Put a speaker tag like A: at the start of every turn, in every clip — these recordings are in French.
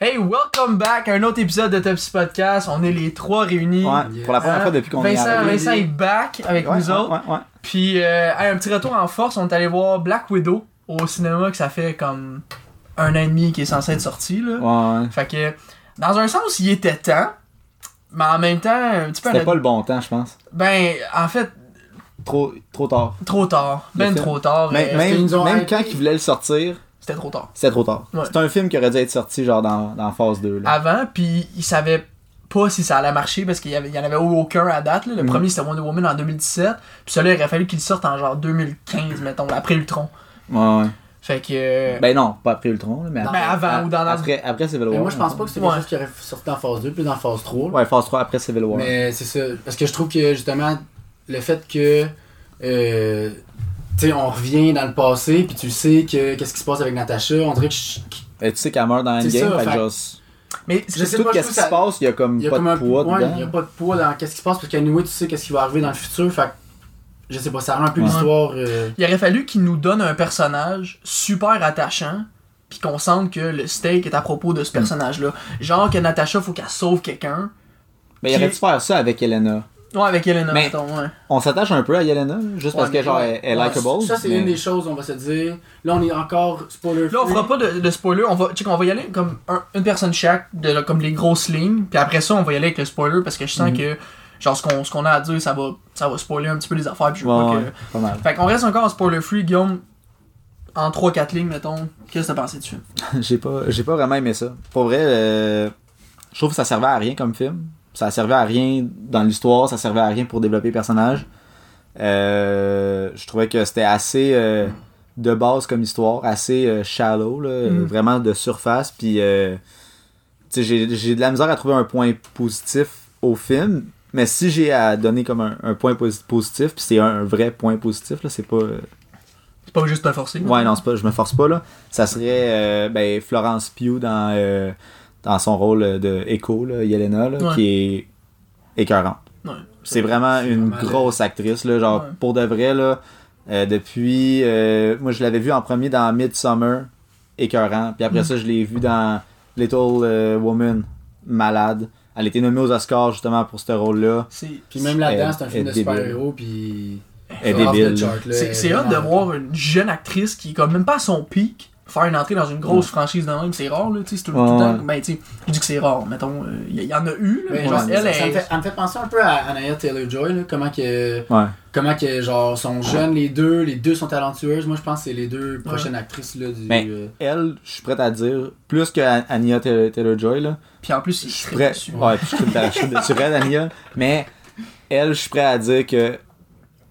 A: Hey, welcome back à un autre épisode de Topsy Podcast. On est les trois réunis.
B: Ouais,
C: Yes.
B: pour la première
A: Hein?
B: fois depuis qu'on est
A: Vincent,
B: arrivé.
A: Vincent est back avec
B: Ouais,
A: nous
B: ouais,
A: autres.
B: ouais, ouais.
A: Puis, euh, hey, un petit retour en force, on est allé voir Black Widow au cinéma que ça fait comme un an et demi qui est censé être sorti. Là.
B: Ouais, ouais.
A: Fait que, dans un sens, il était temps, mais en même temps, un petit peu. à
B: C'était
A: notre-
B: pas le bon temps, je pense.
A: Ben, en fait,
B: Trop, trop tard.
A: trop tard.
B: Le
A: Ben
B: film.
A: trop tard.
B: Mais-
A: euh,
B: même
C: nous ont
B: même
C: hypé.
B: quand ils voulaient le sortir,
A: C'était trop tard.
B: c'était trop tard.
A: Ouais.
B: C'est un film qui aurait dû être sorti genre dans, dans phase 2. Là.
C: Ah.
A: Avant, puis il savait pas si ça allait marcher parce qu'il y, avait- il y en avait aucun à date. là. Le
B: Mm.
A: premier, c'était Wonder Woman en 2017. Puis celui-là, il aurait fallu qu'il sorte en genre 2015, mettons, après Ultron.
B: Ouais, ouais.
A: Fait que... euh,
B: Ben non, pas après Ultron, là, mais
A: Ben,
B: après.
A: avant
B: a-
A: ou dans la...
B: Après, après Civil War.
C: Mais moi, je pense pas que c'est
A: Ouais.
C: quelque chose qui aurait sorti dans phase 2, plus dans phase 3.
B: Ouais, phase 3 après Civil War.
C: Mais c'est ça. Parce que je trouve que justement, le fait que. euh, tu sais, on revient dans le passé, puis tu sais que qu'est-ce qui se passe avec Natasha. On dirait que je-
B: Et tu sais qu'elle meurt dans
C: C'est
B: Endgame,
C: ça,
B: fait que
C: fait-
B: genre. c'est-
A: Mais
C: Je sais
B: Tout
C: pas, je
B: ce
C: trouve
B: qui
C: ça-
B: se passe, il y a comme
C: il y a
B: pas
C: comme
B: de
C: un
B: poids
C: ouais,
B: dedans.
C: Il y a pas de poids dans qu'est-ce qui se passe, parce qu'à nouveau, tu sais qu'est-ce qui va arriver dans le futur. Fait que, je sais pas, ça rend un peu
B: Ouais.
C: l'histoire. euh,
A: il aurait fallu qu'il nous donne un personnage super attachant puis qu'on sente que le steak est à propos
B: Mm.
A: de ce personnage-là. Genre que Natasha, faut qu'elle sauve quelqu'un.
B: Mais il aurait dû faire ça avec Elena.
A: Ouais, avec Elena,
B: Mais-
A: mettons, ouais.
B: On s'attache un peu à Yelena, là, juste parce
A: Ouais,
B: que genre
A: mais-
B: elle elle est likable.
C: Ça, c'est
B: mais-
C: une des choses, on va se dire. Là, on est encore spoiler.
A: Là, on fera pas de, de spoiler. On va, check, on va y aller comme un- une personne chaque, de, la- comme les grosses lignes. Puis après ça, on va y aller avec le spoiler parce que je
B: Mhm.
A: sens que, genre, ce qu'on ce qu'on a à dire, ça va, ça va spoiler un petit peu les affaires. Puis je veux
B: Ouais,
A: pas
B: ouais, pas mal.
A: que... Fait qu'on reste encore en spoiler free, Guillaume, en 3-4 lignes, mettons. Qu'est-ce que t'as pensé du film?
B: J'ai pas, j'ai pas vraiment aimé ça. Pour vrai, euh, je trouve que ça servait à rien comme film. Ça servait à rien dans l'histoire, ça servait à rien pour développer les personnages. Euh, je trouvais que c'était assez euh, de base comme histoire, assez euh, shallow, là,
A: Mm.
B: vraiment de surface. Puis, euh, tu sais, j'ai, j'ai de la misère à trouver un point positif au film. Mais si j'ai à donner comme un, un point posi- positif, puis c'est un, un vrai point positif, là, c'est pas. euh,
A: C'est pas juste pas forcé.
B: Ouais, non, c'est pas, je me force pas, là. Ça serait euh, ben, Florence Pugh dans, euh, dans son rôle euh, de Echo, là, Yelena, là,
A: Ouais.
B: qui est écœurante.
A: Ouais.
B: C'est vraiment une
C: vraiment,
B: grosse actrice, là, genre,
A: Ouais.
B: pour de vrai, là. euh, depuis, euh, moi, je l'avais vue en premier dans Midsummer, écœurant. Puis après
A: Mm.
B: ça, je l'ai vue dans Little euh, Woman, malade. Elle était nommée aux Oscars, justement, pour ce rôle-là.
A: C'est-
C: Puis même là-dedans,
B: Elle-
C: c'est un film de
B: elle est débile.
C: super-héros, puis.
B: Elle est
C: off the
B: débile. là.
C: chart, là,
A: C'est c'est hot de
C: vraiment.
A: voir une jeune actrice qui est comme même pas à son pic faire une entrée dans une grosse franchise de même, c'est rare là, tu sais, c'est tout, tout le
B: Ouais.
A: temps. Ben tu sais, je dis que c'est rare, mettons, il y, en a eu là, mais
C: Mais
A: genre,
C: genre,
A: elle
C: ça, ça
A: est
C: me fait, elle me fait penser un peu à Anaya Taylor-Joy, là, comment que,
B: Ouais.
C: comment que, genre,
A: Ah.
C: sont jeunes les deux, les deux sont talentueuses. Moi, je pense que c'est les deux prochaines actrices, là, du...
B: Mais-
C: euh,
B: Elle, je suis prêt à dire, plus que An- Anya Taylor-Joy, là,
A: puis en plus il
B: Je suis
A: tripe
B: prêt.
A: dessus.
B: Ouais, puis je suis prêt- je suis déçu, Daniel. Mais elle, je suis prêt à dire que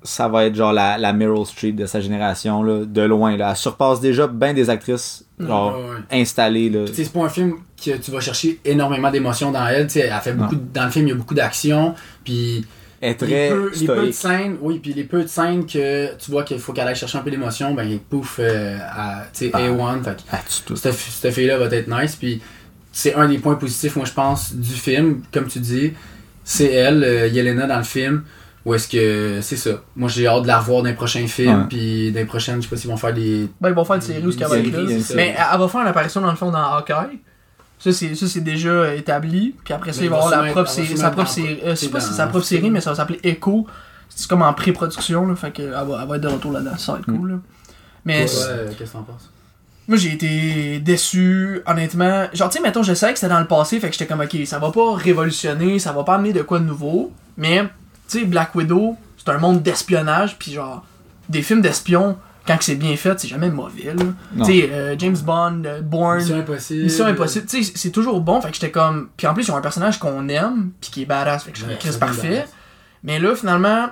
B: ça va être genre la, la Meryl Streep de sa génération, là, de loin. Là. Elle surpasse déjà bien des actrices genre,
A: Ah,
C: ouais, ouais.
B: installées. Là.
C: Puis, tu sais, c'est pas un film que tu vas chercher énormément d'émotions dans elle. tu sais, Elle fait beaucoup de- dans le film, il y a beaucoup d'action. Puis
B: Elle est
C: les,
B: très
C: peu, les peu de
B: stoïque.
C: scènes, oui, puis les peu de scènes que tu vois qu'il faut qu'elle aille chercher un peu d'émotion, ben pouf, euh, à, tu sais,
B: Ah.
C: A1. Fait que
B: Elle tue tout.
C: cette, cette fille-là va être nice. Puis c'est un des points positifs, moi je pense, du film, comme tu dis. C'est elle, euh, Yelena, dans le film. Ou est-ce que c'est ça? Moi j'ai hâte de la revoir dans les prochains
B: Ouais.
C: films, puis dans les prochaines, je sais pas s'ils vont faire des.
A: Ben ils vont faire une série où ce qu'elle va
B: Il y
A: être
B: a- il y a
A: là.
B: une
A: Mais
B: série.
A: elle, elle va faire une apparition dans le fond dans Hawkeye. Ça c'est ça c'est déjà établi, puis après ça
C: Mais
A: il va
C: ils vont
A: avoir la
C: sûrement
A: propre
C: être-
A: série,
C: ils vont
A: sa propre
C: sûrement être
A: série,
C: dans-
A: euh, je sais pas
C: dans-
A: si c'est sa propre série mais ça va s'appeler Echo. C'est comme en pré-production là, fait que elle va, elle va être de retour là-dedans, ça va être cool là. Mais
C: Ouais, euh, qu'est-ce que t'en penses?
A: Moi, j'ai été déçu, honnêtement. Genre, tu sais, mettons, je savais que c'était dans le passé, fait que j'étais comme, ok, ça va pas révolutionner, ça va pas amener de quoi de nouveau, mais, tu sais, Black Widow, c'est un monde d'espionnage, puis genre, des films d'espions, quand que c'est bien fait, c'est jamais mauvais, là.
B: Non.
A: Tu sais, euh, James Bond, euh, Bourne,
C: Mission impossible.
A: Mission Impossible, tu sais, c'est toujours bon, fait que j'étais comme. Puis en plus, ils ont un personnage qu'on aime, puis qui est badass, fait que je
C: Ouais,
A: Chris
C: c'est
A: parfait.
C: badass.
A: Mais là, finalement,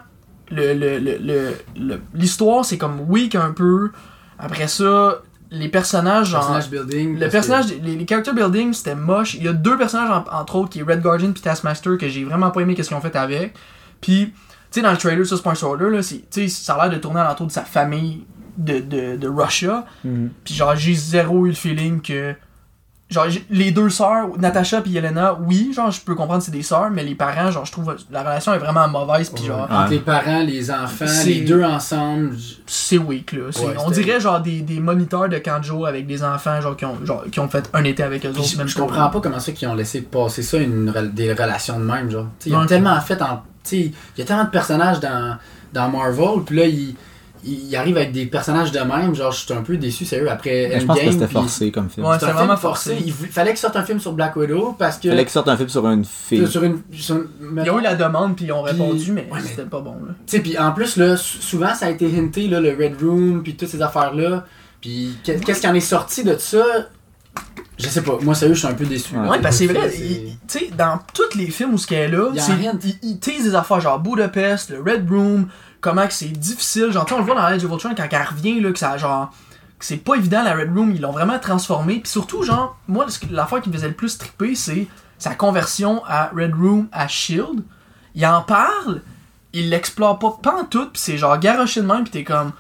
A: le, le, le, le- le- l'histoire, c'est comme weak un peu. Après ça, les personnages, genre.
C: Personnage building.
A: le
C: parce
A: personnage, les, les character building, c'était moche. Il y a deux personnages, en- entre autres, qui est Red Guardian puis Taskmaster, que j'ai vraiment pas aimé qu'est-ce qu'ils ont fait avec. Puis, tu sais, dans le trailer, ça, c'est pas un spoiler, là, c'est- tu sais, ça a l'air de tourner alentour de sa famille de, de, de Russia.
B: Mhm.
A: Puis genre, j'ai zéro eu le feeling que genre j'ai- les deux sœurs Natasha puis Yelena oui genre je peux comprendre c'est des sœurs mais les parents genre je trouve la relation est vraiment mauvaise puis genre
C: Entre les parents, les enfants, les
A: C'est-
C: deux ensemble. j-
A: c'est weak là C'est-
C: Ouais,
A: on
C: c'était-
A: dirait genre des, des moniteurs de Kanjo avec des enfants genre qui ont genre qui ont fait un été avec eux
C: Puis
A: autres
C: Je,
A: même
C: je
A: pas.
C: comprends pas comment c'est qu'ils ont laissé passer ça, une, rel- des relations de même, genre. T'sais, ils
A: Ouais.
C: ont tellement fait en. t'sais, Il y a tellement de personnages dans, dans Marvel, puis là, ils, ils, ils arrivent avec des personnages de même, genre, je suis un peu déçu, sérieux, après
B: Mais
C: Endgame.
B: je pense que c'était
C: puis-
B: forcé comme film.
A: Ouais,
C: C'est
A: c'était
C: vraiment
A: vraiment
C: forcé.
A: forcé.
C: Il vou- fallait qu'ils sortent un film sur Black Widow parce que.
A: euh,
B: Il fallait qu'ils sortent un film sur une fille.
C: Sur une. sur une-
A: ils ont eu la demande puis ils ont
C: Puis-
A: répondu mais
C: Ouais, mais-
A: c'était pas bon là
C: Tu sais, puis en plus, là, sou- souvent, ça a été hinté, là, le Red Room, puis toutes ces affaires-là. Puis qu'est- qu'est-ce qui en est sorti de ça Je sais pas. Moi, sérieux, je suis un peu déçu.
B: Ouais.
C: là.
A: Ouais, parce que c'est vrai,
C: C'est-
A: il- il- tu sais, dans tous les films où ce qu'elle est là,
C: Il y en
A: c'est-
C: rien.
A: il il tease des affaires genre Budapest, le Red Room, comment que c'est difficile. Genre, tu sais, on le voit dans Age of Ultron quand elle revient, là, que ça, genre, que c'est pas évident la Red Room, ils l'ont vraiment transformé. Puis surtout, genre, moi, ce que- l'affaire qui me faisait le plus triper, c'est sa conversion à Red Room à Shield. E Il en parle, il l'explore pas pantoute, pis c'est genre garoché de même, pis t'es comme,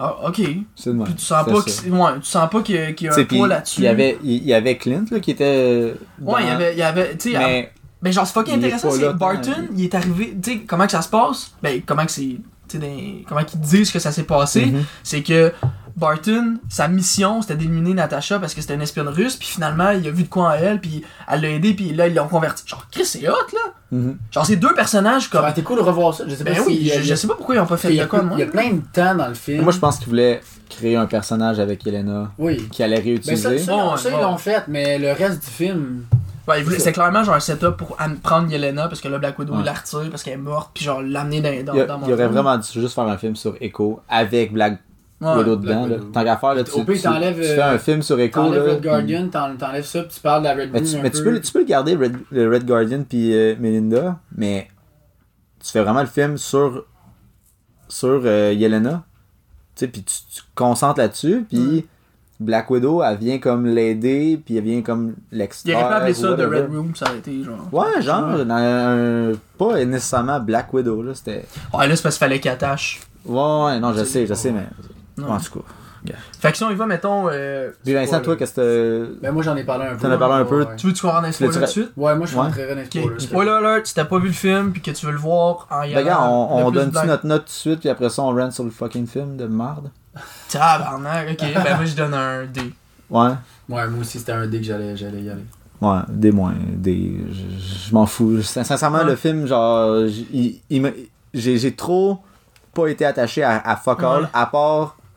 A: ah, ok. Puis
B: C'est de même.
A: tu sens
B: C'est
A: pas
B: ça.
A: que c'est- ouais, tu sens pas qu'il y a- qu'il y a
B: T'sais,
A: un
B: puis
A: poids là-dessus.
B: Il y avait, il, il y avait Clint là, qui était. dans-
A: Ouais, il y avait, il y avait, tu sais, à-
B: Mais
A: Ben genre c'est fucking
B: Il est
A: intéressant,
B: pas
A: c'est
B: là,
A: Barton,
B: tant,
A: il est arrivé, tu sais comment que ça se passe Ben comment que c'est tu sais des- comment qu'ils disent que ça s'est passé,
B: Mhm.
A: c'est que Barton, sa mission, c'était d'éliminer Natasha parce que c'était une espionne russe, puis finalement, il a vu de quoi en elle, puis elle l'a aidé, puis là, ils l'ont converti. Genre, Chris, c'est hot, là!
B: Mhm.
A: Genre, c'est deux personnages
C: Ça
A: comme.
C: aurait été cool de revoir ça. Je sais pas
A: ben
C: si
A: oui,
C: il y a-
A: je, je sais pas pourquoi ils ont pas fait
C: il y
A: de
C: a,
A: quoi de
C: il y a
A: moins.
C: plein de temps dans le film.
B: moi, je pense qu'il voulait créer un personnage avec Elena
C: Oui.
B: qui allait
C: Ben, ça,
B: réutiliser.
C: ça, ils l'ont-
A: Ouais,
C: ça, ils
A: ouais.
C: l'ont fait, mais le reste du film.
A: Ouais, ils voulaient- c'était clairement genre un setup pour am- prendre Yelena parce que là, Black Widow,
B: Ouais.
A: il la retire parce qu'elle est morte, puis genre l'amener dans, dans,
B: il y, a-
A: dans
B: il aurait
A: film.
B: vraiment dû juste faire un film sur Echo avec Black
A: Ouais.
B: Widow
C: Black
B: dedans. là.
C: Widow.
B: Tant qu'à faire, là, tu,
C: Au pire,
B: tu-
C: t'enlèves, euh,
B: tu fais un film sur Echo.
C: T'enlèves
B: là,
C: Red
B: puis-
C: Guardian, t'en- t'enlèves ça, puis tu parles de la Red
B: Mais,
C: Room.
B: tu,
C: un
B: mais tu,
C: peu.
B: peux, le- tu peux le garder, Red, le Red Guardian puis euh, Melinda, mais tu fais vraiment le film sur, sur euh, Yelena. Tu sais, puis tu, tu te concentres là-dessus, puis Black Widow, elle vient comme l'aider, puis elle vient comme
A: Il
B: l'extraire.
A: aurait pas appelé ça
B: ou
A: The
B: whatever.
A: Red Room, ça aurait été genre.
B: Ouais, genre, dans un- pas nécessairement Black Widow, là, c'était...
A: Ouais, là, c'est parce qu'il fallait qu'il attache.
B: Ouais, ouais, non, je sais, je sais, mais...
A: Non.
B: En tout cas.
A: Fait que si on y va, mettons. euh,
B: Puis Vincent,
C: Spoiler.
B: toi, qu'est-ce que... t'as-
C: Ben moi, j'en ai parlé un peu.
B: T'en as parlé un peu.
C: Ouais,
A: tu veux tu qu'on rentre dans les spoilers
B: Le
A: tout de
B: tira-
A: suite?
C: Ouais, moi, je
B: Ouais.
C: rentrerai dans les
A: Ok,
C: spoilers.
A: spoiler alert, si t'as pas vu le film puis que tu veux le voir en y
B: Ben, gars, on,
A: le
B: on
A: plus
B: donne-tu
A: black-
B: notre note tout de suite, puis après ça, on rentre sur le fucking film de marde?
A: Tabarnak, ok, ben moi je donne un D.
B: Ouais.
C: Ouais, moi aussi, c'était un dé que j'allais j'allais y aller.
B: Ouais, des moins. Des... Je, je- je m'en fous. Sin- Sincèrement,
A: Ouais.
B: le film, genre, j- il- il me- j'ai j'ai trop pas été attaché à, à fuck all,
A: Ouais.
B: à part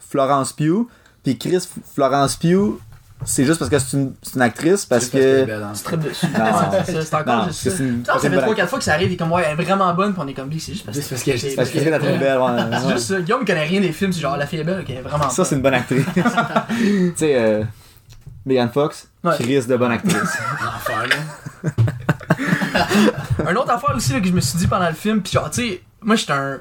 B: Florence Pugh. Puis Chris, F- Florence Pugh, c'est juste parce que c'est une, c'est une actrice, parce
C: Juste qu'elle est
B: que.
C: belle, hein.
A: Tu tripes dessus.
B: Non.
A: Ouais, c'est ça, c'est
B: Non,
A: encore juste
B: parce que
A: ça.
B: c'est une-
A: Ça,
B: c'est
A: ça
B: une
A: fait
B: bonne
A: 3-4 fois que ça arrive, et comme ouais, elle est vraiment bonne, puis on est comme, Big, c'est juste parce que.
C: Juste parce qu'elle
A: C'est
C: est
B: Parce que c'est la trop belle, ouais,
A: C'est
B: ouais.
A: juste ça. Guillaume il connaît rien des films, c'est genre la fille est belle, ok, elle est vraiment.
B: Ça, c'est une bonne actrice. tu sais, euh, Megan Fox,
A: Ouais.
B: Chris de bonne actrice.
C: L'enfer, là.
A: bonne. Un autre affaire aussi là, que je me suis dit pendant le film, puis genre, tu sais, moi j'étais un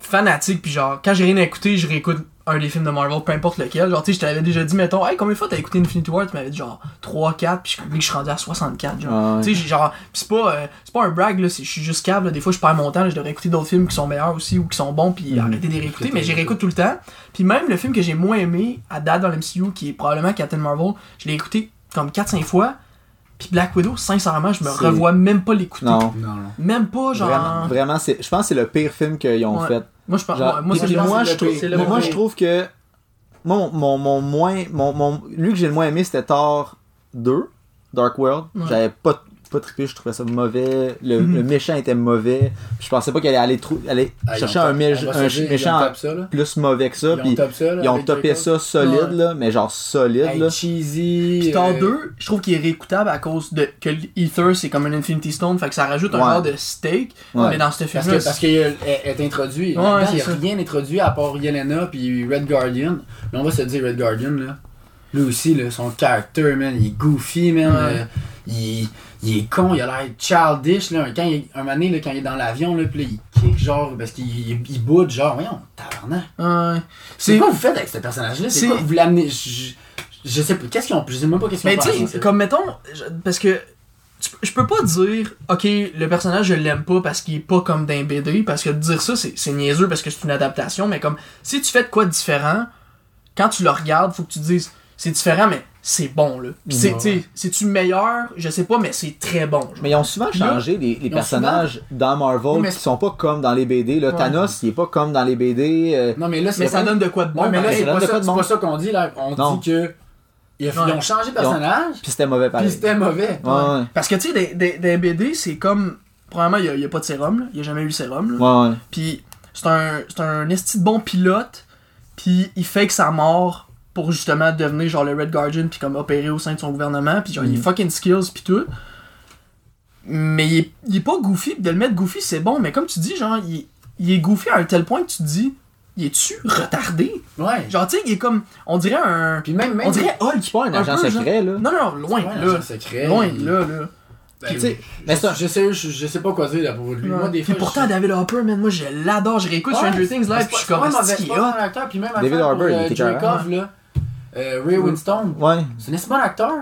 A: fanatique, puis genre, quand j'ai rien écouté, je réécoute un des films de Marvel, peu importe lequel. Genre, tu sais, je t'avais déjà dit, mettons, hey, combien de fois t'as écouté Infinity War Tu m'avais dit genre 3, 4, puis je suis comme, Big, je suis rendu à 64, genre.
B: Ouais.
A: Tu sais, j'ai genre. pis c'est pas, euh, c'est pas un brag, là. c'est- Je suis juste câble. là. Des fois, je perds mon temps. là, Je devrais écouter d'autres films qui sont meilleurs aussi ou qui sont bons, puis
B: Mm-hmm.
A: arrêter de les réécouter. Mais j'y réécoute tout le temps. Puis même le film que j'ai moins aimé à date dans l'MCU, qui est probablement Captain Marvel, je l'ai écouté comme 4-5 fois. Puis Black Widow, sincèrement, je me
B: C'est-
A: revois même pas l'écouter.
B: Non.
C: Non, non.
A: Même pas, genre.
B: Vraiment, vraiment c'est- je pense que c'est le pire film qu'ils ont
A: Ouais.
B: fait.
A: Moi, je pense.
B: Genre,
A: ouais, moi,
B: puis
A: c'est-
B: moi,
A: moi,
B: je
A: je trouve.
C: pire.
A: c'est
B: Mais
A: le
B: moi,
A: pire.
B: je trouve que. Moi, mon, mon moins. Mon, mon- lui que j'ai le moins aimé, c'était Thor 2, Dark World.
A: Ouais.
B: J'avais pas, pas trippé, je trouvais ça mauvais. Le,
A: Mhm.
B: le méchant était mauvais. Je pensais pas qu'il allait aller, trou- aller
C: Ah, ils
B: chercher
C: ont
B: un,
C: top-
B: mé-
C: on va
B: un
C: se dire,
B: méchant
C: Ils ont top ça, là.
B: plus mauvais que ça.
C: Ils
B: Puis
C: ont top ça, là,
B: ils ont
C: avec
B: topé
C: Jacob.
B: ça solide,
A: Ouais.
B: là, mais genre solide.
C: Hey,
B: là.
C: cheesy.
A: Puis Thor
C: euh,
A: 2, je trouve qu'il est réécoutable à cause de que l'Ether c'est comme un Infinity Stone, fait que ça rajoute un
B: Ouais.
A: genre de steak.
B: Ouais.
A: Mais dans ce film
C: Parce que parce qu'elle est introduite.
A: Ouais,
C: Là-dedans,
A: c'est
C: Il n'y a
A: ça.
C: rien introduit à part Yelena puis Red Guardian. Mais on va se dire Red Guardian là. Lui aussi là, son caractère man, il est goofy man.
A: Ouais.
C: euh, il, il est con, il a l'air childish là. Quand il, un moment donné là, quand il est dans l'avion là, puis là, il kick genre parce qu'il il, il boude genre voyons tabarnak.
A: Ouais.
C: C'est quoi vous faites avec ce personnage là
A: C'est-
C: C'est quoi vous l'amenez je, je- je sais pas qu'est-ce qu'ils ont je sais même pas qu'est-ce qu'ils
A: Mais
C: ont
A: tu
C: pensé.
A: sais, comme mettons, je- parce que tu- je peux pas dire, ok, le personnage je l'aime pas parce qu'il est pas comme d'un BD, parce que de dire ça c'est c'est niaiseux parce que c'est une adaptation, mais comme si tu fais de quoi de différent, quand tu le regardes, faut que tu te dises c'est différent, mais c'est bon, là. Puis c'est,
C: Ouais.
A: tu sais, c'est-tu meilleur? Je sais pas, mais c'est très bon. genre.
B: Mais ils ont souvent
A: là,
B: changé les, les
C: ils ont
B: personnages dans Marvel
A: Oui, mais-
B: qui sont pas comme dans les BD. Là.
A: Ouais.
B: Thanos, il est pas comme dans les BD. euh,
C: Non, mais là, c'est
A: Mais ça
C: pas-
A: donne de quoi de bon.
C: Ouais, mais là,
B: ça
C: c'est
B: donne
C: pas,
B: de quoi
C: ça-
B: de
C: c'est
B: bon.
C: pas ça qu'on dit, là. On
B: Non.
C: dit que. Ils, ils ont
A: Ouais.
C: changé de personnage,
B: Puis c'était mauvais
C: puis
B: pareil.
C: c'était mauvais.
B: Ouais, ouais.
A: Parce que, tu sais, des, des, des BD, c'est comme. Premièrement, il n'y a, pas de sérum, là. Il n'y a jamais eu de sérum, là.
C: Mm.
B: Ouais, ouais.
A: Puis c'est un, c'est un esti de bon pilote, puis il fake sa mort pour justement devenir genre le Red Guardian, puis comme opérer au sein de son gouvernement, puis genre il est
C: Mm.
A: fucking skills, puis tout. Mais il est, il est pas goofy, puis de le mettre goofy, c'est bon, mais comme tu dis, genre, il, il est goofy à un tel point que tu te dis, il est-tu retardé?
C: Ouais.
A: Genre, tu sais, il est comme, on dirait un...
C: Puis même, même.
A: On dirait Hulk.
B: C'est pas un
A: Un
B: agent
A: peu, genre-
B: secret, là.
A: Non, non, loin,
C: Ouais,
A: là.
C: l'agent secret.
A: Loin,
C: il-
A: là, là.
C: Ben,
B: Puis, tu sais,
C: je-
B: mais c'est un-
C: je, sais, je, je sais pas quoi dire là pour lui. Moi, des
A: Puis
C: fois,
A: pourtant, David Hopper, man, moi, je l'adore, je réécoute
C: je...
A: Stranger Things
C: là
A: live, puis je suis comme,
C: mauvais,
A: Esti,
C: c'est
A: il est
C: pas
A: hot.
C: un bon acteur. Puis même
B: David
C: affaire
B: Harbour,
C: pour,
B: il
C: euh,
B: était
C: Dreykov,
B: carrément.
C: là. Euh, Ray Winston.
B: Ouais.
C: C'est un bon acteur.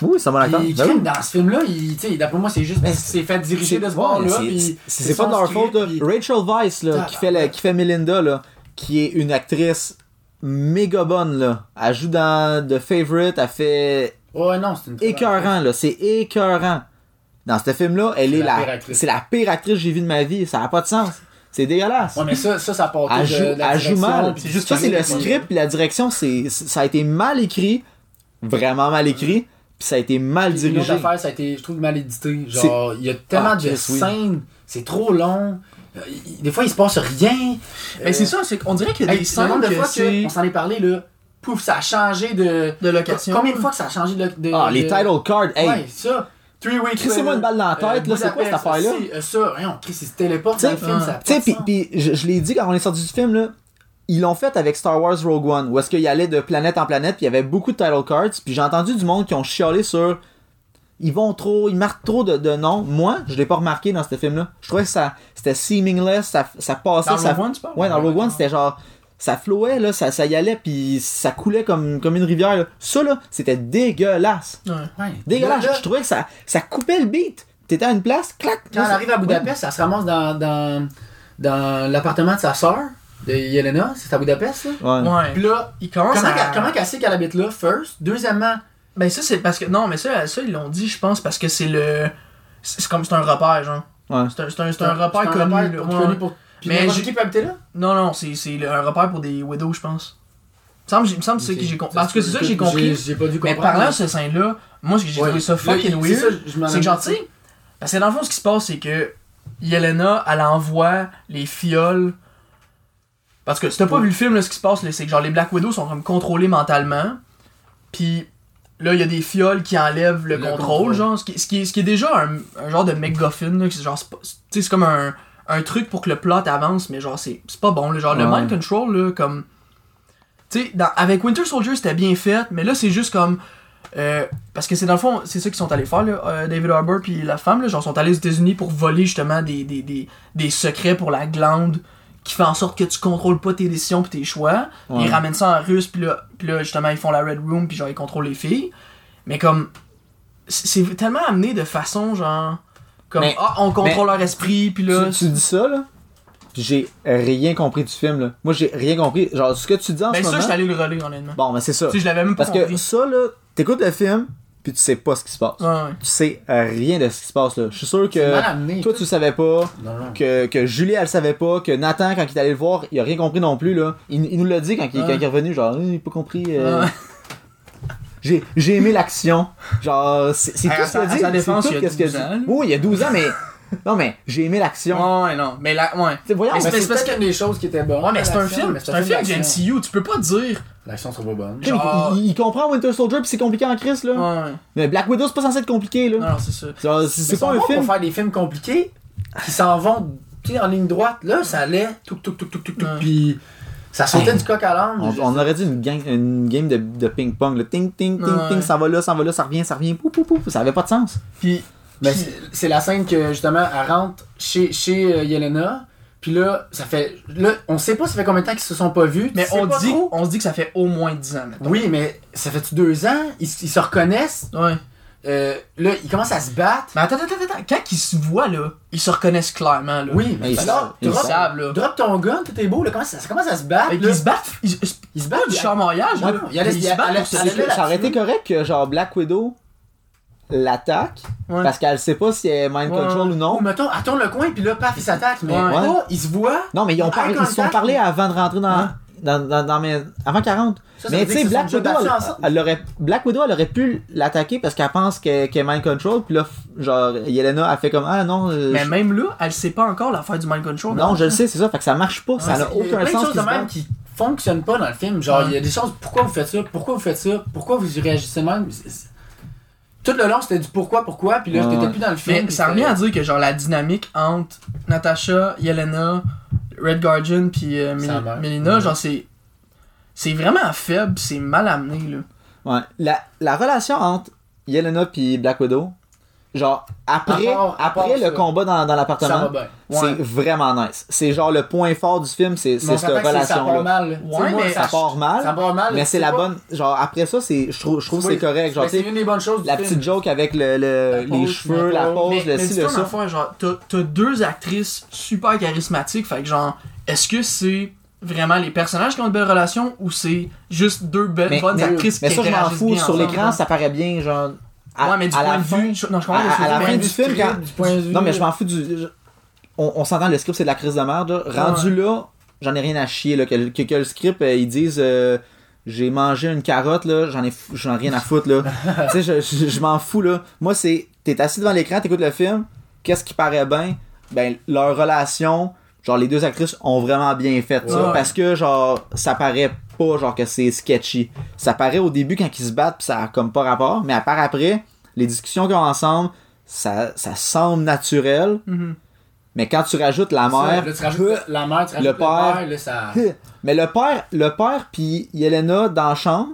B: Oui, c'est un bon acteur.
C: Puis,
B: Ben
C: crime,
B: oui.
C: dans ce film-là, il, tu sais, d'après moi, c'est juste
B: Mais
C: parce qu'il s'est fait diriger
B: C'est-
C: de ce bord-là.
B: c'est-
C: puis
B: c'est-
C: c'est
B: C'est pas
C: son
B: de leur
C: script,
B: faute. là.
C: puis-
B: Rachel Weisz, là, qui, fait la- qui fait Melinda, là, qui est une actrice méga bonne. Là. Elle joue dans The Favorite, elle fait
C: Ouais, non, c'est une très bonne
B: écœurant. là. C'est écœurant. Dans ce film-là, elle
C: C'est
B: est
C: la
B: la,
C: pire actrice.
B: c'est la pire actrice que j'ai vue de ma vie. Ça n'a pas de sens. C'est dégueulasse.
C: Ouais, mais ça, ça, ça part
B: elle
C: tout de-
B: joue,
C: de la
B: elle joue
C: direction,
B: mal.
C: puis
A: c'est
C: du
A: juste
B: Ça, c'est le
C: script.
B: script, puis la direction, c'est, c'est- ça a été mal écrit, vraiment mal écrit, puis ça a été mal
C: Puis Une autre
B: dirigé.
C: affaire, ça a été, je trouve, mal édité. Genre, il y a tellement
B: Ah,
C: de
B: Chris, oui.
C: scènes, c'est trop long. Euh, il- Des fois, il se passe rien.
A: Mais Euh, ben, c'est ça, c'est qu'on dirait qu'il y a
C: Hey,
A: des
C: le
A: scènes
C: nombre de
A: que
C: fois que
A: c'est
C: on s'en est parlé, là, pouf, ça a changé de.
A: de location.
C: Combien de fois que ça a changé de. de-
B: Ah, les
C: de-
B: title cards, hey,
C: euh, Ouais, Euh, ça. Three Way
B: Crissez-moi une balle dans la tête, là, c'est quoi cette affaire-là?
C: euh, Ça, voyons, Chris, il se téléporte
B: T'sais,
C: dans le film,
A: hein.
C: ça a pas
B: Tu sais,
C: de
B: pis,
C: sens.
B: pis je, je l'ai dit quand on est sorti du film, là, ils l'ont fait avec Star Wars Rogue One, où est-ce qu'il allait de planète en planète, puis il y avait beaucoup de title cards, puis j'ai entendu du monde qui ont chialé sur ils vont trop, ils marquent trop de, de noms. Moi, je l'ai pas remarqué dans ce film-là. Je trouvais que ça, c'était seamless, ça, ça passait,
A: Dans
B: ça.
A: Rogue One, tu parles?
B: Ouais, dans Rogue One,
A: Ouais.
B: c'était genre. Ça flowait, là, ça, ça y allait, puis ça coulait comme, comme une rivière. là. Ça, là, c'était dégueulasse.
A: Ouais.
C: Ouais.
B: Dégueulasse.
C: Là, là,
B: je trouvais que ça, ça coupait le beat. T'étais à une place, clac.
C: Quand
B: là,
C: elle
B: ça-
C: arrive à Budapest, elle se ramasse dans, dans, dans l'appartement de sa sœur, de Yelena. C'est à Budapest, là.
B: Ouais.
A: Ouais.
C: Puis là,
A: Il commence
C: comment,
A: à...
C: qu'elle- comment qu'elle sait qu'elle habite là, first? Deuxièmement,
A: Ben ça, c'est parce que... Non, mais ça, ça ils l'ont dit, je pense, parce que c'est le... C'est c'est comme... C'est un repère, genre.
B: Ouais.
A: C'est un, c'est un, c'est un repère connu. là,
C: pour-
A: ouais.
C: connu pour- Puis
A: Mais
C: n'importe
A: j'ai-
C: qui peut habiter là?
A: Non, non, c'est c'est le- un repère pour des widows, je pense. Il me semble, il me semble que c'est ça que j'ai compris. Parce que c'est ça que j'ai compris.
C: J'ai pas dû
A: Mais
C: comprendre.
A: parlant de ce scène-là, moi, ce que j'ai
C: Ouais.
A: trouvé ça
C: Là,
A: fucking
C: il-
A: weird.
C: c'est ça, je m'en
A: C'est
C: ai-
A: que genre, tu sais, parce que dans le fond, ce qui se passe, c'est que Yelena, elle envoie les fioles. Parce que si t'as pas vu le film, là, ce qui se passe, là, c'est que genre les Black Widow sont comme contrôlés mentalement. Puis là, il y a des fioles qui enlèvent le,
C: Le
A: contrôle,
C: contrôle.
A: genre. Ce qui, ce qui est, ce qui est déjà un, un genre de McGuffin, là, que c'est genre, c'est pas- tu sais, c'est comme un, un truc pour que le plot avance, mais genre, c'est c'est pas bon. là. genre, le
B: Ouais.
A: mind control, là, comme. Tu sais, dans- avec Winter Soldier, c'était bien fait, mais là, c'est juste comme. Euh, parce que c'est dans le fond, c'est ça qu'ils sont allés faire, là, euh, David Harbour puis la femme, là, genre, sont allés aux États-Unis pour voler justement des, des, des, des secrets pour la glande qui fait en sorte que tu contrôles pas tes décisions puis tes choix.
B: Ouais.
A: Ils ramènent ça en russe, puis là, puis là, justement, ils font la Red Room, puis genre, ils contrôlent les filles. Mais comme, c'est c'est tellement amené de façon, genre, comme,
B: Mais-
A: ah, on contrôle leur esprit, puis là.
B: tu, tu dis ça, là, pis j'ai rien compris du film, là. Moi, j'ai rien compris. Genre, ce que tu dis en
A: ben,
B: ce
A: ça, je
B: moment...
A: allé le relais, honnêtement.
B: Bon, ben c'est ça.
A: tu sais, je l'avais même pas
B: Parce que
A: compris.
B: ça, là, t'écoutes le film, puis tu sais pas ce qui se passe.
A: Ouais, ouais.
B: Tu sais euh, rien de ce qui se passe, là. Je suis sûr
C: C'est
B: que
C: mal amené.
B: toi, tu savais pas,
C: Non, non.
B: que, que Julie, elle savait pas, que Nathan, quand il est allé le voir, il a rien compris non plus, là. Il, il nous l'a dit quand il,
A: Ouais.
B: quand il est revenu, genre, Hum, il a pas compris... euh,
A: Ouais.
B: J'ai j'ai aimé l'action. Genre, c'est c'est
A: À sa-
B: tout ce qu'il
A: à
B: dit.
A: sa défense,
B: c'est tout
A: il y a
B: ce qu'il
A: 12 ans,
B: dit.
A: là.
B: Oui, il y a 12 ans, mais... Non, mais j'ai aimé l'action.
A: Ouais, ouais, non. Mais là, ouais.
B: Tu sais, voyons,
A: Mais
C: Mais
A: c'est parce
C: c'est parce qu'il y a des choses qui étaient bonnes.
A: Ouais, mais c'est un
C: L'action,
A: film,
C: mais
A: c'est un film du
C: d'action.
A: MCU, tu peux pas dire.
C: L'action sera pas bonne.
B: Tu sais,
A: Genre-
B: Il, il- il comprend Winter Soldier puis c'est compliqué en crise là.
A: Ouais, ouais.
B: Mais Black Widow c'est pas censé être compliqué là.
A: Non, non, c'est ça.
B: Genre, C'est c'est
C: Mais
B: pas
C: ils
B: un
C: sont bons
B: film.
C: pour faire des films compliqués qui s'en vont tu sais, en ligne droite. Là, ça allait tout, tout, tout, tout, tout,
A: Ouais.
C: puis ça sautait
B: Hey.
C: du coq à l'âne.
B: On,
C: Je-
B: on aurait dit une, gang- une game de, de ping-pong. Le ting, ting, ting,
A: Ouais.
B: ting, ça va là, ça va là, ça revient, ça revient, pou, pou, pou. Ça avait pas de sens.
A: Puis,
C: Mais
A: puis-
C: c'est- c'est la scène que justement elle rentre chez, chez euh, Yelena. Puis là, ça fait. Là, on sait pas ça fait combien de temps qu'ils se sont pas vus. tu
A: mais
C: sais
A: on
C: pas
A: dit,
C: trop.
A: on se dit que ça fait au moins 10 ans maintenant.
C: Oui, mais ça fait-tu deux ans? Ils, ils se reconnaissent?
A: Ouais.
C: euh, là, ils commencent à se battre.
A: Mais attends, attends, attends, attends. Quand ils se voient, là, ils se reconnaissent clairement, Ben, là.
C: Oui,
B: Mais ils savent,
C: alors,
B: ils
A: Ils
C: drop,
A: savent, là.
C: drop ton gun, tout est beau, là, commence, ça commence à se battre.
A: Fait
C: là.
A: qu'ils se battent. Ils, ils se battent du
C: à-
A: charmariage,
C: Ouais,
A: là.
C: il y a- il y a-
A: Ils se
C: à la-
A: battent
C: à
A: pour
C: la-
A: se-
C: là,
B: Ça aurait été
C: là-dessus.
B: correct que genre Black Widow l'attaque
A: Ouais.
B: parce qu'elle sait pas si elle est mind
A: Ouais.
B: control ou non.
C: Ou mettons, elle tourne le coin, puis là, paf, ils s'attaquent. Mais
A: Ouais.
C: oh, ils se voient.
B: Non, mais ils ont
C: Eye
B: parlé, ils se sont
C: contact.
B: parlé avant de rentrer dans, dans, dans, dans mes, avant 40.
C: Ça, ça veut
B: mais tu sais,
C: dire qu'ils se
B: Black
C: sont
B: Widow,
C: déjà
B: elle,
C: battus ensemble.
B: elle aurait, Black Widow, elle aurait pu l'attaquer parce qu'elle pense qu'elle qu'elle est mind control. Puis là, f- genre, Yelena a fait comme, ah non, euh,
A: Mais
B: je-
A: même là, elle sait pas encore l'affaire du mind control.
B: non, je le sais, c'est ça. Fait que ça marche pas. ça
C: Ouais,
B: n'a
C: c'est- il y a
B: aucun
C: plein de
B: sens.
C: choses
B: qu'ils
C: de
B: se
C: même
B: battent.
C: qui fonctionnent pas dans le film. Genre,
A: Ouais.
C: il y a des choses, pourquoi vous faites ça, pourquoi vous faites ça, pourquoi vous y réagissez de même. C'est- c'est- Tout le long, c'était du pourquoi, pourquoi, puis là,
B: Ouais,
C: t'étais
B: ouais.
C: plus dans le film.
A: Mais
C: puis
A: ça revient
C: c'était-
A: à dire que genre la dynamique entre Natasha, Yelena, Red Guardian puis euh,
C: Sa
A: Mel-
C: mère.
A: Melina,
C: Ouais.
A: genre c'est c'est vraiment faible, c'est mal amené là.
B: Ouais. La, la relation entre Yelena puis Black Widow, genre, après,
C: À part- à
B: après
C: part
B: le
C: ça.
B: combat dans, dans
C: Ça va
B: l'appartement,
C: bien.
B: c'est
A: Ouais.
B: vraiment nice. C'est genre le point fort du film, c'est
C: Mais on
B: c'est
C: s'entend
B: cette
C: que c'est- Ça part
B: relation-là.
C: mal. Tu sais, moi,
A: mais-
B: Ça part mal.
C: Ça part mal.
B: Mais
C: tu
B: c'est
C: sais
B: la
C: pas.
B: bonne. Genre, après ça, c'est je trouve, je trouve que c'est
C: Oui.
B: correct. Genre,
C: Mais
B: tu
C: c'est
B: sais,
C: une des bonnes choses. du
B: la
C: film.
B: petite joke avec le, le-
C: La
B: les
C: pose,
B: cheveux,
C: la
B: la
C: pose.
B: pose, le
A: mais
B: ci,
A: c'est
B: le
A: une
B: ça.
A: affaire, genre t'as t'as deux actrices super charismatiques, fait que genre est-ce que c'est vraiment les personnages qui ont une belle relation ou c'est juste deux belles
B: Mais,
A: bonnes
B: mais-
A: actrices
B: mais
A: qui
B: ça, je m'en
A: interagissent
B: fous.
A: bien
B: Sur
A: ensemble,
B: l'écran,
A: genre.
B: ça paraît bien, genre. à-
A: Ouais, mais du
B: à la
A: point de
B: fin-
A: vue, je- non, je comprends
B: à-
A: ce que
B: à
A: tu
B: la
A: dis,
B: fin
A: mais-
B: du film,
C: script,
B: quand-
C: du point de vue.
B: Non, mais je m'en fous du. je- On, on s'entend, le script, c'est de la crise de merde. là. Rendu là, j'en ai rien à chier. Là, que, que, que le script, euh, ils disent. euh, j'ai mangé une carotte, là, j'en ai, fou- j'en ai rien à foutre, là. tu sais, je, je- je m'en fous, là. Moi, c'est. T'es assis devant l'écran, t'écoutes le film, qu'est-ce qui paraît bien Ben, leur relation, genre, les deux actrices ont vraiment bien fait ça.
A: Ouais.
B: Parce que, genre, ça paraît pas, genre, que c'est sketchy. Ça paraît au début quand ils se battent, pis ça a comme pas rapport, mais à part après, les discussions qu'ils ont ensemble, ça, ça semble naturel,
A: Mhm.
B: mais quand tu rajoutes la
C: Ça,
B: mère.
C: là, tu rajoutes la mère, tu rajoutes le
B: père.
C: père, là, ça.
B: Mais le père, le père puis Yelena dans la chambre,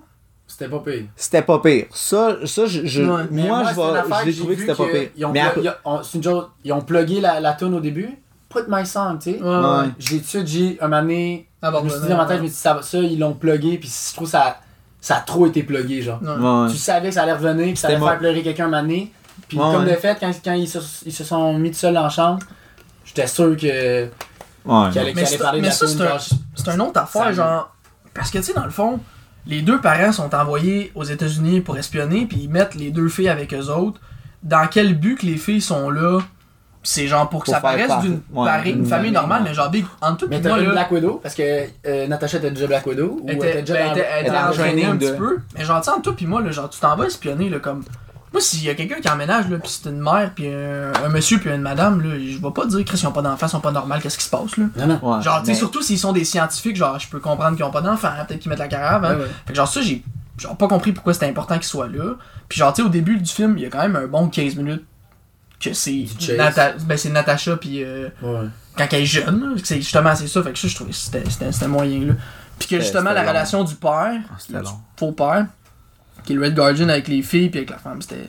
C: C'était pas pire.
B: c'était pas pire. Ça, ça je, je-
A: Ouais.
C: Mais
B: moi,
C: c'est une
B: je vais-
C: affaire
B: je l'ai
C: j'ai
B: trouvé que
C: vu
B: c'était pas pire.
C: Ils ont,
B: Mais
C: pla-
B: après-
C: ils ont- on- c'est une chose, ils ont plugué la, la toune au début. Put my song, tu sais.
A: Ouais, ouais.
B: Ouais.
C: J'ai tout de suite, j'ai un moment donné, je me suis dit dans ma tête, je me suis dit, ça, va- ça, ils l'ont plugué, puis je trouve ça, ça a trop été plugué, genre.
A: Ouais.
B: Ouais.
C: Tu savais que ça allait revenir, puis ça allait
B: C'était
C: faire
B: mo-
C: pleurer quelqu'un un moment donné. Puis
B: Ouais,
C: comme
B: ouais.
C: de fait, quand, quand ils, se, ils se sont mis tout seuls dans la chambre, j'étais sûr que, qu'il
B: Ouais.
C: allait,
A: Mais
C: qu'il allait
A: ça-
C: parler de
A: mais
C: la
A: ça,
C: toune,
A: c'est un-
C: genre, je-
A: C'est un autre affaire,
C: Ça-
A: genre. Parce que, tu sais, dans le fond, les deux parents sont envoyés aux États-Unis pour espionner, puis ils mettent les deux filles avec eux autres. Dans quel but que les filles sont là C'est genre pour que
B: Pour
A: ça
B: faire
A: paraisse
B: part-
A: d'une
B: ouais,
A: pari-
B: une
A: une famille
B: famille,
A: normale,
B: ouais.
A: mais genre, big, en tout,
C: Mais
A: pis
C: t'as
A: moi,
C: eu
A: là.
C: Black Widow, parce que euh, Natasha était déjà Black Widow, ou
A: Elle
C: elle
A: était,
C: était déjà
A: ben,
C: dans-
A: était- elle était
B: dans
A: en
B: le
A: training un
B: training
A: petit
B: de-
A: peu. Mais genre, tu sais, en tout, puis moi, là, genre, tu t'en vas espionner, là, comme. Moi, s'il y a quelqu'un qui emménage, là, pis c'est une mère, pis un, un monsieur, pis une madame, là, je vais pas dire, Chris, ils ont pas d'enfants, ils sont pas normaux, qu'est-ce qui se passe, là.
C: Non, non.
B: Ouais.
A: Genre, tu sais,
B: Mais-
A: surtout s'ils sont des scientifiques, genre, je peux comprendre qu'ils ont pas d'enfants, hein, peut-être qu'ils mettent la carafe, hein.
C: Ouais, ouais.
A: Fait que genre, ça, j'ai genre pas compris pourquoi c'était important qu'il soit là. Puis genre, tu sais, au début du film, il y a quand même un bon 15 minutes que c'est
C: Du chase.
A: Nata- ben, c'est Natasha, puis euh,
C: Ouais.
A: quand elle est jeune, là, que c'est justement, c'est ça. Fait que ça, je trouvais que c'était- c'était c'était moyen, là. Puis que
B: C'était-
A: justement, la
B: c'était long.
A: relation du père,
B: Ah, c'était
A: du
B: long.
A: faux père, qui est le Red Guardian avec les filles, puis avec la femme, c'était.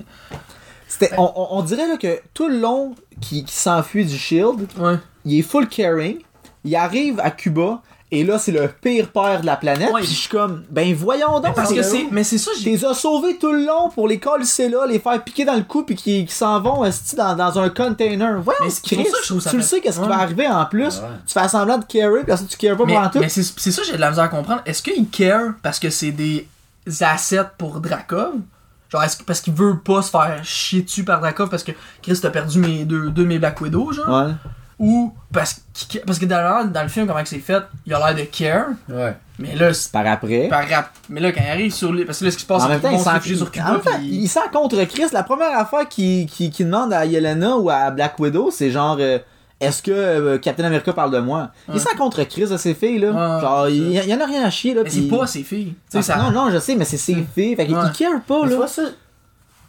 B: C'était- on, on- on dirait là, que tout le long qui, qui s'enfuit du Shield,
A: Ouais.
B: il est full caring, il arrive à Cuba, et là, c'est le pire père de la planète.
A: Ouais.
B: Puis je suis comme, ben voyons donc.
A: Parce que c'est. Mais c'est ça,
B: Tu
A: j'ai.
B: les as sauvés tout le long pour les coller là, les faire piquer dans le cou puis qui, qui s'en vont esti, dans, dans un container. Voyons,
A: Mais c'est pour
B: Chris,
A: ça que je trouve ça
B: tu le
A: fait-
B: sais qu'est-ce qui
A: Ouais.
B: va arriver en plus.
C: Ouais.
B: Tu fais semblant de carry, puis là, ça, tu cares pas
A: Mais,
B: pendant tout.
A: mais c'est c'est ça, j'ai de la misère à comprendre. Est-ce qu'il care parce que c'est des assets pour Drakov Genre, est-ce que- parce qu'il veut pas se faire chier dessus par Drakov parce que Chris t'as perdu mes deux, deux de mes Black Widow, genre
B: Ouais.
A: Ou parce, qu'il- parce que dans, dans le film, comment que c'est fait, il a l'air de care,
C: Ouais.
A: mais là, c'est
B: Par après.
A: par rap. Mais là, quand il arrive sur les. Parce que là, ce qui se passe,
B: en
A: c'est
B: même temps,
A: qu'ils
B: il
A: vont se
B: s'en
A: réfugier sur
B: en
A: Cuba.
B: même temps,
A: puis-
B: il s'en contre Chris. La première affaire qu'il qui, qui demande à Yelena ou à Black Widow, c'est genre. euh, est-ce que euh, Captain America parle de moi?
A: Ouais.
B: Il s'en contre Chris de ces filles, là.
A: Ouais,
B: Genre,
A: c'est
B: il y, y en a rien à chier, là.
A: Mais c'est
B: puis-
A: pas ses filles. Tu sais,
B: Ah,
A: ça.
B: Non, non, je sais, mais c'est ses filles. Fait qu'il
A: Ouais.
B: il care pas,
C: Mais
B: là.
C: tu vois, ça,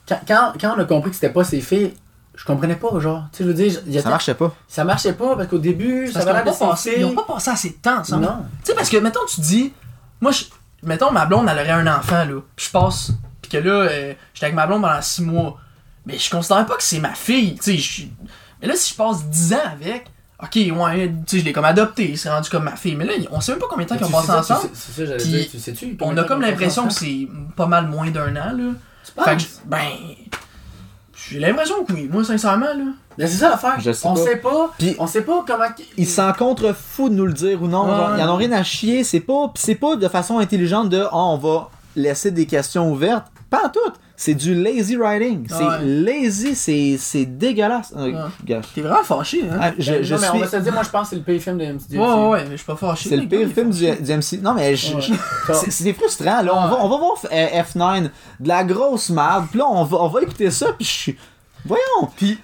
C: quand, quand, quand on a compris que c'était pas ses filles, je comprenais pas, genre. Tu sais, je veux dire, il y a-
B: Ça marchait pas.
C: ça marchait pas parce qu'au début, ça
A: Parce
C: avait
A: qu'ils
C: l'air de
A: ont pas
C: ses
A: passé- ils ont
C: filles.
A: pas passé assez de temps ensemble.
C: Non.
A: Tu sais, parce que, mettons, tu dis, moi, je, mettons, ma blonde, elle aurait un enfant, là, puis je passe, puis que là, euh, j'étais avec ma blonde pendant 6 mois, mais je considère pas que c'est ma fille, tu sais, je suis- mais là, si je passe 10 ans avec, ok, ouais, tu sais, je l'ai comme adopté, il s'est rendu comme ma fille, mais là, on sait même pas combien de temps
C: Tu
A: qu'ils ont passé
C: sais ça, tu
A: ensemble,
C: sais- C'est ça, j'allais
A: Puis,
C: dire, tu sais-tu?
A: on a
C: combien de
A: comme
C: temps ils ont passé Ah,
A: l'impression que
C: ensemble?
A: c'est pas mal moins d'un an, là,
C: Tu penses?
A: fait que, je- ben, J'ai l'impression que oui. Moi, sincèrement, là.
C: Mais c'est ça l'affaire.
B: Je sais
C: on
B: pas.
C: sait pas.
B: Puis-
C: on sait pas comment.
B: Ils s'en contrefoutent de nous le dire ou non. genre,
A: Ouais.
B: ils en ont rien à chier. C'est pas, pis c'est pas de façon intelligente de Ah, on va laisser des questions ouvertes. Pas en tout. C'est du lazy writing. C'est
A: Ouais.
B: lazy, c'est, c'est dégueulasse. Euh,
A: Ouais.
B: gâche.
A: T'es vraiment fâché, hein?
B: Ah, je, je
C: ben, non, mais on va
B: suis.
C: se dire, moi je pense que c'est le pire film de MCD.
A: Ouais, ouais, ouais, mais je suis pas fâché.
B: C'est le
A: les
B: pire
A: gars,
B: film
A: ils
B: du, du MC. Non, mais je-
C: Ouais.
B: je- c'est, c'est frustrant. Là. On, va, on va voir F- euh, F9, de la grosse merde. Puis là, on va, on va écouter ça. Puis je suis. Voyons! Puis,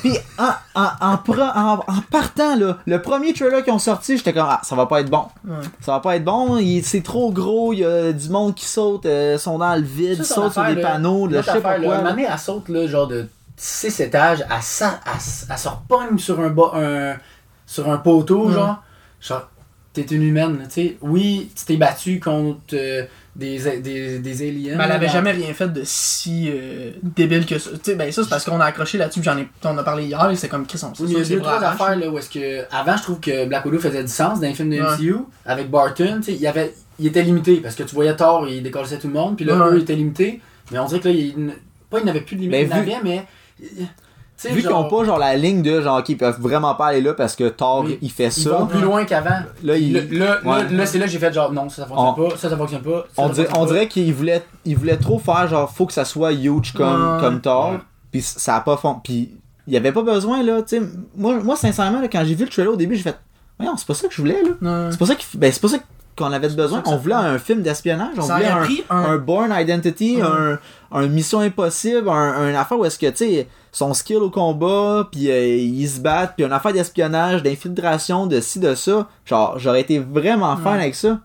B: puis en, en, en, pre- en- en partant, là, le premier trailer qu'ils ont sorti, j'étais comme Ah, ça va pas être bon.
A: Ouais.
B: Ça va pas être bon. il- c'est trop gros. Il y a du monde qui saute. euh, sont dans le vide.
C: Ça,
B: Ils
C: c'est
B: sautent sur
C: une
B: des
C: affaire, là.
B: panneaux.
C: Une
B: Là,
C: autre
B: je sais pas
C: affaire, là.
B: quoi.
C: Une année, elle saute, là, genre de 6 étages, elle, sa- elle s- elle se repogne sur un, bas, un, sur un poteau,
A: Mm.
C: genre. Genre, t'es une humaine, là, tu sais. Oui, tu t'es battu contre euh, des, a- des, des aliens.
A: Mais elle avait
C: là,
A: jamais rien fait de si euh, débile que ça. Tu sais, ben ça, c'est parce qu'on a accroché là-dessus, puis j'en ai, on a parlé hier, et c'est comme Chris, on
C: Oui, mais il y a
A: c'est hein.
C: deux,
A: bras
C: trois
A: arrachés.
C: affaires là, où est-ce que. Avant, je trouve que Black Widow faisait du sens dans les films de
A: Ouais.
C: MCU. Avec Barton, tu sais, il, y avait... il était limité parce que tu voyais Thor, il décollait tout le monde, puis là,
A: Ouais.
C: eux, ils étaient limités. Mais on dirait que là, il... n- pas il n'avait plus de limite,
B: Ben,
C: il
B: vu-
C: n'avait, mais. tu sais,
B: Vu qu'ils ont
C: genre,
B: pas genre la ligne de genre qu'ils peuvent vraiment pas aller là parce que Thor
C: Oui.
B: il fait
C: Ils
B: ça.
C: vont plus loin qu'avant.
B: Là, il-
C: Le- le-
B: Ouais.
C: le- Là, c'est là que j'ai fait genre non, ça, ça fonctionne
B: On-
C: pas, ça, ça fonctionne pas. ça,
B: on,
C: ça
B: dirait-
C: fonctionne
B: on
C: pas.
B: dirait qu'il voulait, il voulait trop faire genre faut que ça soit huge comme,
A: Ouais.
B: comme Thor.
C: Ouais.
B: Puis ça a pas fond. Puis il y avait pas besoin là. tu sais. Moi, moi sincèrement là, quand j'ai vu le trailer au début j'ai fait voyons c'est pas ça que je voulais là.
A: Non.
B: C'est pas ça qu'il- ben, c'est pas ça qu'on avait de besoin. On voulait un film d'espionnage. On
A: Ça
B: voulait
A: aurait
B: un,
A: pris
B: un
A: un.
B: Born Identity,
A: Ouais.
B: un, un Mission Impossible, un, un affaire où est-ce que tu sais son skill au combat, puis euh, ils se battent, puis une affaire d'espionnage, d'infiltration, de ci, de ça. Genre, j'aurais été vraiment fan avec ça.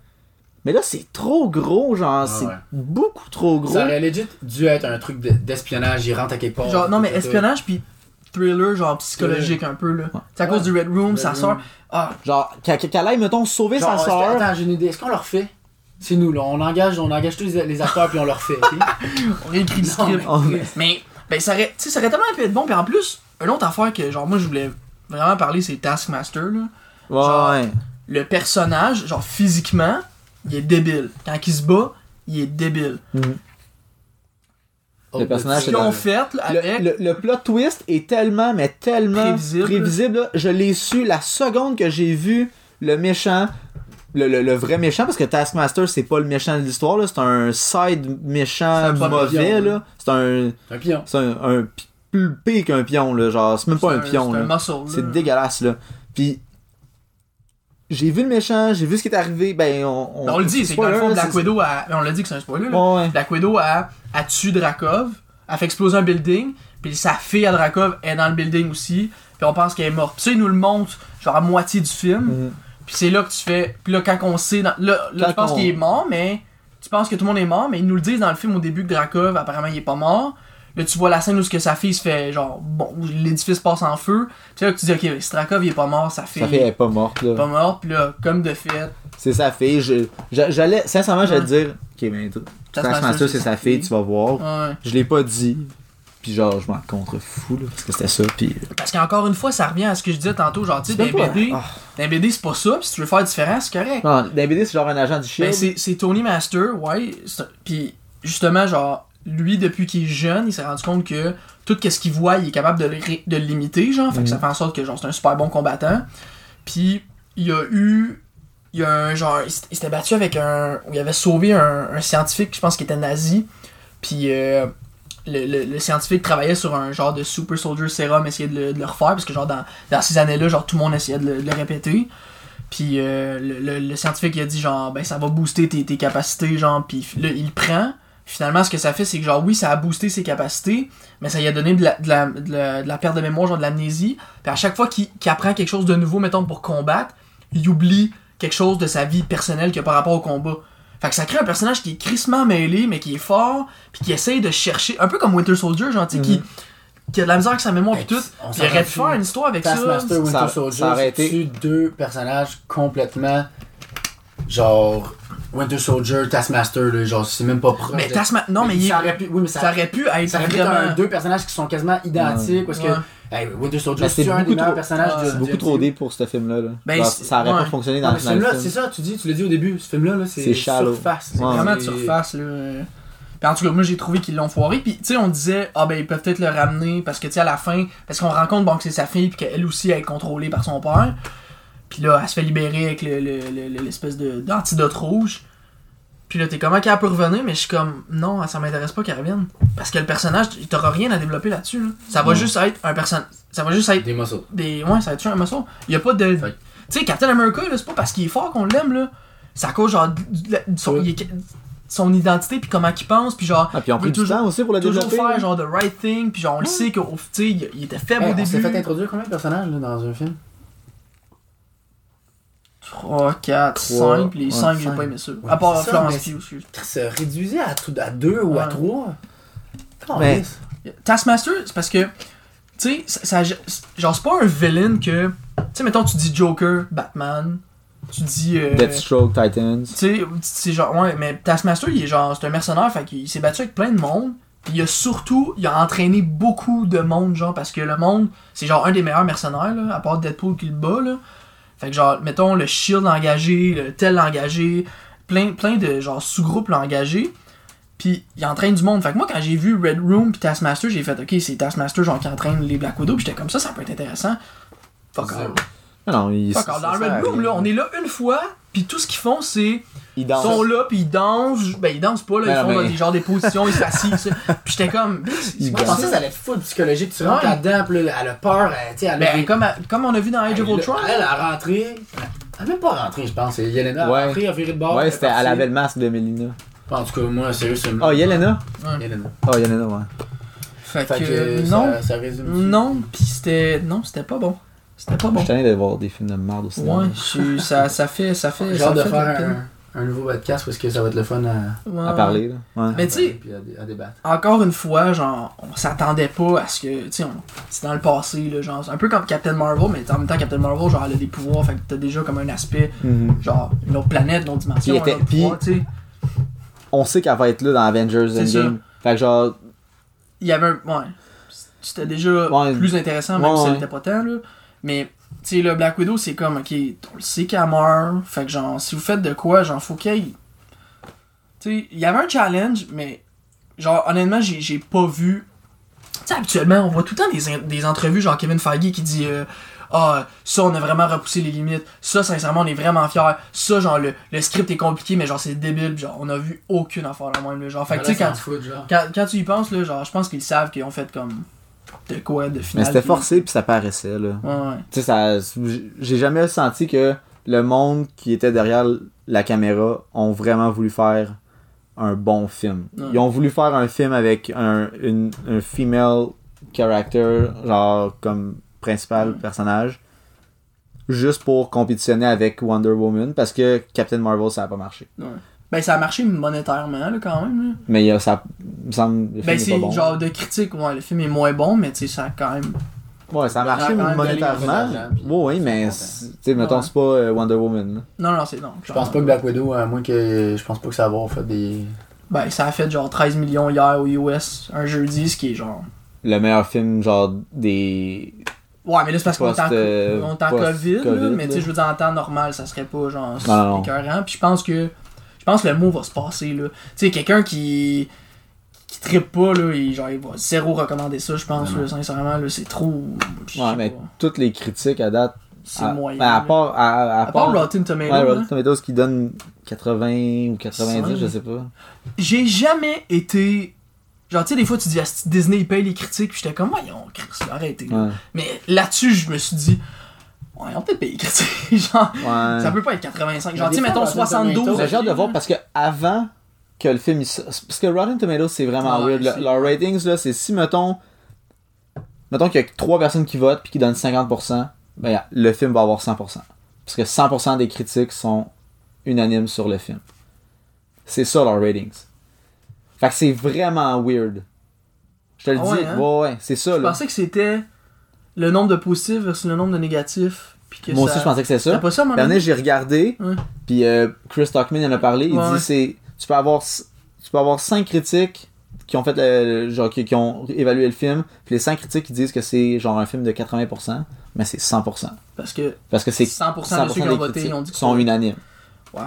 B: Mais là, c'est trop gros, genre, c'est
C: Ah ouais.
B: beaucoup trop gros.
C: Ça aurait legit dû être un truc de- d'espionnage, il rentre à quelque part.
A: Genre, non, mais
C: tout ça.
A: espionnage, puis thriller, genre psychologique un peu, là.
B: Ouais.
A: C'est à cause du Red Room, sa
C: Red
A: sœur.
C: Room.
A: Ah,
B: Genre, qu'elle qu'elle aille, mettons, sauver
C: Genre,
B: sa
C: est-ce que-
B: soeur.
C: Attends, j'ai une idée. Est-ce qu'on leur fait C'est nous, là. On engage, on engage tous les, les acteurs puis on leur fait. ok?
A: on a écrit le
C: Non,
A: script.
B: Oh, mais-
A: Mais, ben, ça aurait, tu sais, ça aurait tellement pu être bon. Puis en plus, une autre affaire que, genre, moi, je voulais vraiment parler, c'est Taskmaster, là.
B: Ouais,
A: genre-
B: ouais.
A: Le personnage, genre, physiquement, il est débile. Quand il se bat, il est débile.
C: Oh,
B: Le personnage,
A: Ce
B: c'est
A: qu'ils ont
B: dans-
A: fait, là,
B: Le,
A: avec.
B: le- le plot twist est tellement, mais tellement
A: Prévisible.
B: prévisible, là. Je l'ai su la seconde que j'ai vu le méchant, le, le- le vrai méchant, parce que Taskmaster, c'est pas le méchant de l'histoire, là. C'est un side
A: C'est
B: méchant
A: un premier
B: mauvais,
C: pion,
B: là. C'est un.
C: Un pion.
B: C'est un, un pi- plus pire qu'un pion, là. Genre, c'est même pas un, pion,
A: C'est un
B: là.
A: muscle, là.
B: C'est dégueulasse, là. Puis. J'ai vu le méchant, j'ai vu ce qui est arrivé, ben on.
A: Ben, on le dit, c'est que dans le
B: spoiler,
A: fond,
B: là,
A: Black
B: c'est-
A: Widow a. On l'a dit que c'est un spoiler, là.
B: Ouais, ouais.
A: Black Widow a, a tué Drakov, a fait exploser un building, puis sa fille à Drakov est dans le building aussi, puis on pense qu'elle est morte. Puis ça, ils nous le montrent, genre à moitié du film,
B: Mhm.
A: puis c'est là que tu fais. Puis là, quand on sait. dans- là, là,
B: Quand
A: tu penses
B: on-
A: qu'il est mort, mais. Tu penses que tout le monde est mort, mais ils nous le disent dans le film au début que Drakov, apparemment, il est pas mort. Là, tu vois la scène où ce que sa fille se fait, genre, bon, où l'édifice passe en feu. Puis c'est là que tu dis, ok, si Drakov, il est pas mort, sa fille.
B: Sa fille, elle est pas morte, là.
A: est pas morte, puis là, comme de fait,
B: C'est sa fille. je- je- J'allais, sincèrement, j'allais
A: Ouais.
B: dire, ok, ben, t- Taskmaster, c'est sa fille, tu vas voir.
A: Ouais.
B: Je l'ai pas dit. Puis genre, je m'en contrefous, là, parce que c'était ça. Puis.
A: Parce qu'encore une fois, ça revient à ce que je disais tantôt, genre, tu sais,
B: C'est
A: d'un
B: pas-
A: BD,
B: Ah.
A: d'un BD, c'est pas ça, pis si tu veux faire différent, c'est correct.
B: Non, dans les BD, c'est genre un agent du chien.
A: Ben, c'est c'est Tony Master, ouais, c'est un- puis justement, genre, lui, depuis qu'il est jeune, il s'est rendu compte que tout ce qu'il voit, il est capable de le, ré- de le limiter, genre, fait que ça fait en sorte que, genre, c'est un super bon combattant. Puis, il a eu... Il y a un genre... Il s'était- il s'était battu avec un... où Il avait sauvé un, un scientifique, je pense, qui était nazi. Puis... euh, le, le- le scientifique travaillait sur un genre de super soldier serum, essayait de le, de le refaire, parce que genre dans, dans ces années-là, genre tout le monde essayait de le, de le répéter. Puis euh, le, le- le scientifique il a dit genre ben ça va booster tes, tes capacités, genre puis là il le prend. Finalement ce que ça fait c'est que genre oui ça a boosté ses capacités, mais ça lui a donné de la, de la, de la- de la perte de mémoire, genre de l'amnésie. Puis à chaque fois qu'il qu'il apprend quelque chose de nouveau, mettons pour combattre, il oublie quelque chose de sa vie personnelle qui a par rapport au combat. Fait que ça crée un personnage qui est crissement mêlé, mais qui est fort, puis qui essaye de chercher, un peu comme Winter Soldier, genre, tu sais, qui, qui a de la misère avec sa mémoire, puis
C: Hey,
A: tout.
C: on
A: Puis
C: Mhm. Ben, s'en
A: il aurait
C: rend
A: pu
C: plus.
A: faire une histoire avec ça.
C: Taskmaster Winter
B: ça-
C: Soldier,
B: ça aurait été-
C: c'est deux personnages complètement genre Winter Soldier, Taskmaster, là, genre c'est même pas proche.
A: Mais
C: de-
A: Taskmaster, non, mais, il-
C: ça aurait pu, oui mais ça,
A: ça aurait pu être
C: ça aurait pu être
A: vraiment...
C: un- deux personnages qui sont quasiment identiques parce
A: Ouais.
C: que hey, Winter Soldier
B: Mais c'est
C: c'est un
B: beaucoup
C: des meilleurs
B: trop- Ah,
C: personnages
A: Ouais.
C: de
B: C'est
C: du
B: beaucoup trop
C: MCU.
B: dé pour ce film-là. là.
A: Ben,
B: Genre,
A: c'est-
B: ça aurait pas
A: ouais.
B: fonctionné dans,
C: Non, mais ce
B: dans le
C: film-là, c'est
B: film.
C: ça, tu dis, tu l'as dit au début, ce film-là, là, c'est
B: C'est shallow.
C: surface.
B: Ouais.
A: Vraiment de
C: C'est-
A: surface, là. Puis en tout cas, moi j'ai trouvé qu'ils l'ont foiré. Puis tu sais, on disait, ah ben ils peuvent peut-être le ramener parce que tu sais, à la fin, parce qu'on rencontre bon, que c'est sa fille, puis qu'elle aussi elle est contrôlée par son père. Puis là, elle se fait libérer avec le- le- le- l'espèce de d'antidote rouge. Puis là, t'es comment qu'elle peut revenir, mais je suis comme, non, ça m'intéresse pas qu'elle revienne. Parce que le personnage, il t'aura rien à développer là-dessus. là. Ça va
B: Ouais.
A: juste être un personnage. Ça va juste être
C: Des muscles.
A: des ouais ça a tué un morceau il y a pas de
C: Fait que-
A: tu sais Captain America là, c'est pas parce qu'il est fort qu'on l'aime là c'est à cause genre de- de- de- son,
C: Ouais.
A: il est- son identité puis comment qu'il pense puis genre
B: Ah, puis on
A: Il
B: prend
A: est
B: du
A: toujours-
B: temps aussi pour le
A: toujours
B: développer.
A: faire genre the right thing puis genre on le sait que tu sais il il était faible
C: Hey,
A: au
C: on s'est
A: début
C: fait introduire combien de personnages là, dans un film
A: 3 4
B: Trois,
A: 5 les
B: ouais,
A: 5 j'ai
C: cinq.
A: pas aimé ça
C: Ouais,
A: à part
C: c'est ça,
A: Florence
C: mais-
A: Pugh excuse
C: Se réduisait à, tout- à deux ou à
A: Ouais.
C: trois
B: Mais-
C: Calisse.
A: Taskmaster c'est parce que tu sais ça, ça- genre c'est pas un villain que tu sais mettons tu dis Joker Batman tu dis euh,
B: Deathstroke, Titans.
A: tu sais, c'est genre, ouais, mais Taskmaster, il est genre, c'est un mercenaire, fait qu'il s'est battu avec plein de monde. Puis il a surtout, il a entraîné beaucoup de monde, genre, parce que le monde, c'est genre un des meilleurs mercenaires, là, à part Deadpool qui le bat, là. Fait que genre, mettons, le Shield engagé, le Tel engagé, plein, plein de, genre, sous-groupes là, engagés. Puis il entraîne du monde. Fait que moi, quand j'ai vu Red Room puis Taskmaster, j'ai fait, ok, c'est Taskmaster, genre, qui entraîne les Black Widow, puis j'étais comme ça, ça peut être intéressant. Fuck all.
B: Ah Non, il
A: Fuck all. Dans Red Room, là, on est là une fois, puis tout ce qu'ils font, c'est
B: Ils
A: ils sont là, puis ils dansent. Ben, ils dansent pas, là.
B: Ben,
A: ils font
B: ben.
A: là, des genres des positions, ils s'assient. tu sais. Puis j'étais comme.
B: Ils
C: Moi, je pensais que
B: dansent.
C: ça allait être full psychologique. Tu rentres
A: Ouais.
C: là-dedans, puis là, elle a peur, elle, tu sais, elle a
A: Ben, comme, à- comme on a vu dans Age
C: Elle,
A: of Ultron.
C: elle a rentré. Elle n'a même pas rentré, je pense. C'est Yelena
B: Ouais.
C: a rentré, a viré de bord.
B: Ouais,
A: euh,
C: elle est
B: c'était, elle
C: partie.
B: avait le masque de Melina.
C: En tout cas, moi, sérieux, c'est.
A: Ah,
B: Oh, Yelena?
C: Yelena.
B: Oh, Yelena, ouais.
A: Fait
C: Fait
A: que.
C: que euh,
A: non,
C: ça, ça résume.
A: non, puis c'était. Non, c'était pas bon. C'était pas
B: Je
A: bon.
B: suis tanné de voir des films de merde au cinéma.
A: Ouais, je suis- ça, ça fait. Ça fait
C: J'ai
A: ça
C: hâte de
A: fait
C: faire
A: peine.
C: un, un nouveau podcast parce que ça va être le fun à,
A: Ouais,
B: À
A: ouais.
B: parler, là. Ouais.
A: Mais tu sais-
C: puis à, dé- à débattre.
A: Encore une fois, genre, on s'attendait pas à ce que. Tu sais, on- c'est dans le passé, là. Genre, c'est un peu comme Captain Marvel, mais en même temps, Captain Marvel, genre, elle a des pouvoirs, fait que t'as déjà comme un aspect,
B: Mhm.
A: genre, une autre planète, une autre dimension.
B: Puis il
A: un
B: était-
A: autre
B: puis-
A: pouvoir, tu sais.
B: On sait qu'elle va être là dans Avengers
A: C'est
B: Endgame. Fait que genre,
A: il y avait un. Ouais. C'était déjà
B: Ouais.
A: plus intéressant, même
B: Ouais,
A: si ça
B: ouais.
A: n'était pas tant, là. Mais, tu sais, le Black Widow, c'est comme, ok, on le sait qu'elle meurt. Fait que, genre, si vous faites de quoi, genre, faut qu'il. Tu sais, il y avait un challenge, mais, genre, honnêtement, j'ai j'ai pas vu. Tu sais, habituellement, on voit tout le temps des, in- des entrevues, genre Kevin Feige qui dit. euh, ah, ça, on a vraiment repoussé les limites. Ça, sincèrement, on est vraiment fiers. Ça, genre, le, le script est compliqué, mais genre, c'est débile. Puis, Genre, on a vu aucune affaire la même. là. Genre, fait que, tu sais, quand
C: fout, genre.
A: quand, quand tu y penses, là, genre, je pense qu'ils savent qu'ils ont fait comme de quoi de final.
B: mais c'était
A: puis-
B: forcé puis ça paraissait, là.
A: Ouais, ouais.
B: Tu sais, ça, j'ai jamais senti que le monde qui était derrière la caméra ont vraiment voulu faire un bon film.
A: Ouais.
B: Ils ont voulu faire un film avec un, une, un female character, genre comme principal
A: Ouais.
B: personnage, juste pour compétitionner avec Wonder Woman, parce que Captain Marvel, ça a pas marché.
A: Ben, ça a marché monétairement, là, quand même. là.
B: Mais il y a- ça il me semble le film
A: Ben,
B: est
A: c'est
B: pas bon.
A: genre de critique, ouais, le film est moins bon, mais tu sais, ça a quand même.
B: Ouais, ça a marché
A: quand même
B: mais
A: donné
B: monétairement.
C: un peu d'argent, puis
B: Oui, oui, mais
C: ils
B: c'est- tu sais, mettons,
A: hein. Ouais.
B: c'est pas euh, Wonder Woman. là.
A: Non, non, c'est non.
C: Je pense pas que Black Widow, à moins que. Je pense pas que ça va avoir fait des.
A: Ben, ça a fait genre 13 millions hier aux US, un jeudi, ce qui est genre.
B: Le meilleur film, genre, des,
A: Ouais, mais là, c'est parce qu'on est en,
B: Post, euh,
A: on est en
B: post-
A: COVID, là,
B: COVID,
A: mais tu sais,
B: là.
A: je veux dire, en temps normal, ça serait pas genre
B: Non, non, non.
A: écœurant. Puis je pense que. Je pense que le mot va se passer, là. Tu sais, quelqu'un qui. qui trippe pas, là, il, genre, il va zéro recommander ça, je pense,
C: Non, non.
A: là, sincèrement, là, c'est trop. je sais
B: Ouais, mais
A: pas.
B: toutes les critiques à date.
A: C'est
B: à,
A: moyen.
B: ben, à
A: là.
B: part, à, à- à
A: À part
B: part-
A: Rotten Tomatoes, hein.
B: ouais,
A: là,
B: Rotten Tomatoes qui donne 80 ou 90,
A: C'est
B: je sais pas.
A: j'ai jamais été. Genre, tu sais, des fois, tu dis Ah, c'est- Disney, il paye les critiques, puis j'étais comme, voyons, Chris, arrêtez. là.
B: Ouais.
A: Mais là-dessus, je me suis dit, ouais, on peut payer les critiques. genre,
B: Ouais.
A: ça peut pas être 85.
C: Mais
A: Genre, tu sais,
C: des fois,
A: mettons
C: Rotten
A: 72.
C: Tomatoes,
B: Mais j'ai hâte de
A: ok,
B: voir
A: là.
B: parce que avant que le film. il s- Parce que Rotten Tomatoes, c'est vraiment
A: Ah Ouais,
B: weird. Le-
A: c'est-
B: leurs ratings, là, c'est si, mettons. Mettons qu'il y a que 3 personnes qui votent puis qui donnent 50%, ben, le film va avoir 100%. Parce que 100% des critiques sont unanimes sur le film. C'est ça, leurs ratings. Fait que c'est vraiment weird. Je te le
A: Ah
B: dis.
A: ouais,
B: Ouais,
A: hein?
B: ouais, c'est ça,
A: Je
B: là.
A: pensais que c'était le nombre de positifs versus le nombre de négatifs. Puis que
B: Moi
A: ça...
B: aussi, je pensais que c'est ça.
A: C'était pas ça, mon
B: L'année,
A: ami.
B: j'ai regardé,
A: Ouais.
B: puis euh, Chris Talkman il en a parlé. Il
A: Ouais, ouais.
B: dit c'est tu peux avoir c- tu peux avoir cinq critiques qui ont fait le- genre qui, qui ont évalué le film, puis les cinq critiques qui disent que c'est genre un film de 80%, mais c'est 100%.
A: Parce que
B: Parce que c'est
A: 100%, de ceux qui
B: 100%
A: ont
B: des
A: voté
B: critiques
A: ont dit que
B: sont unanimes.
A: Wow.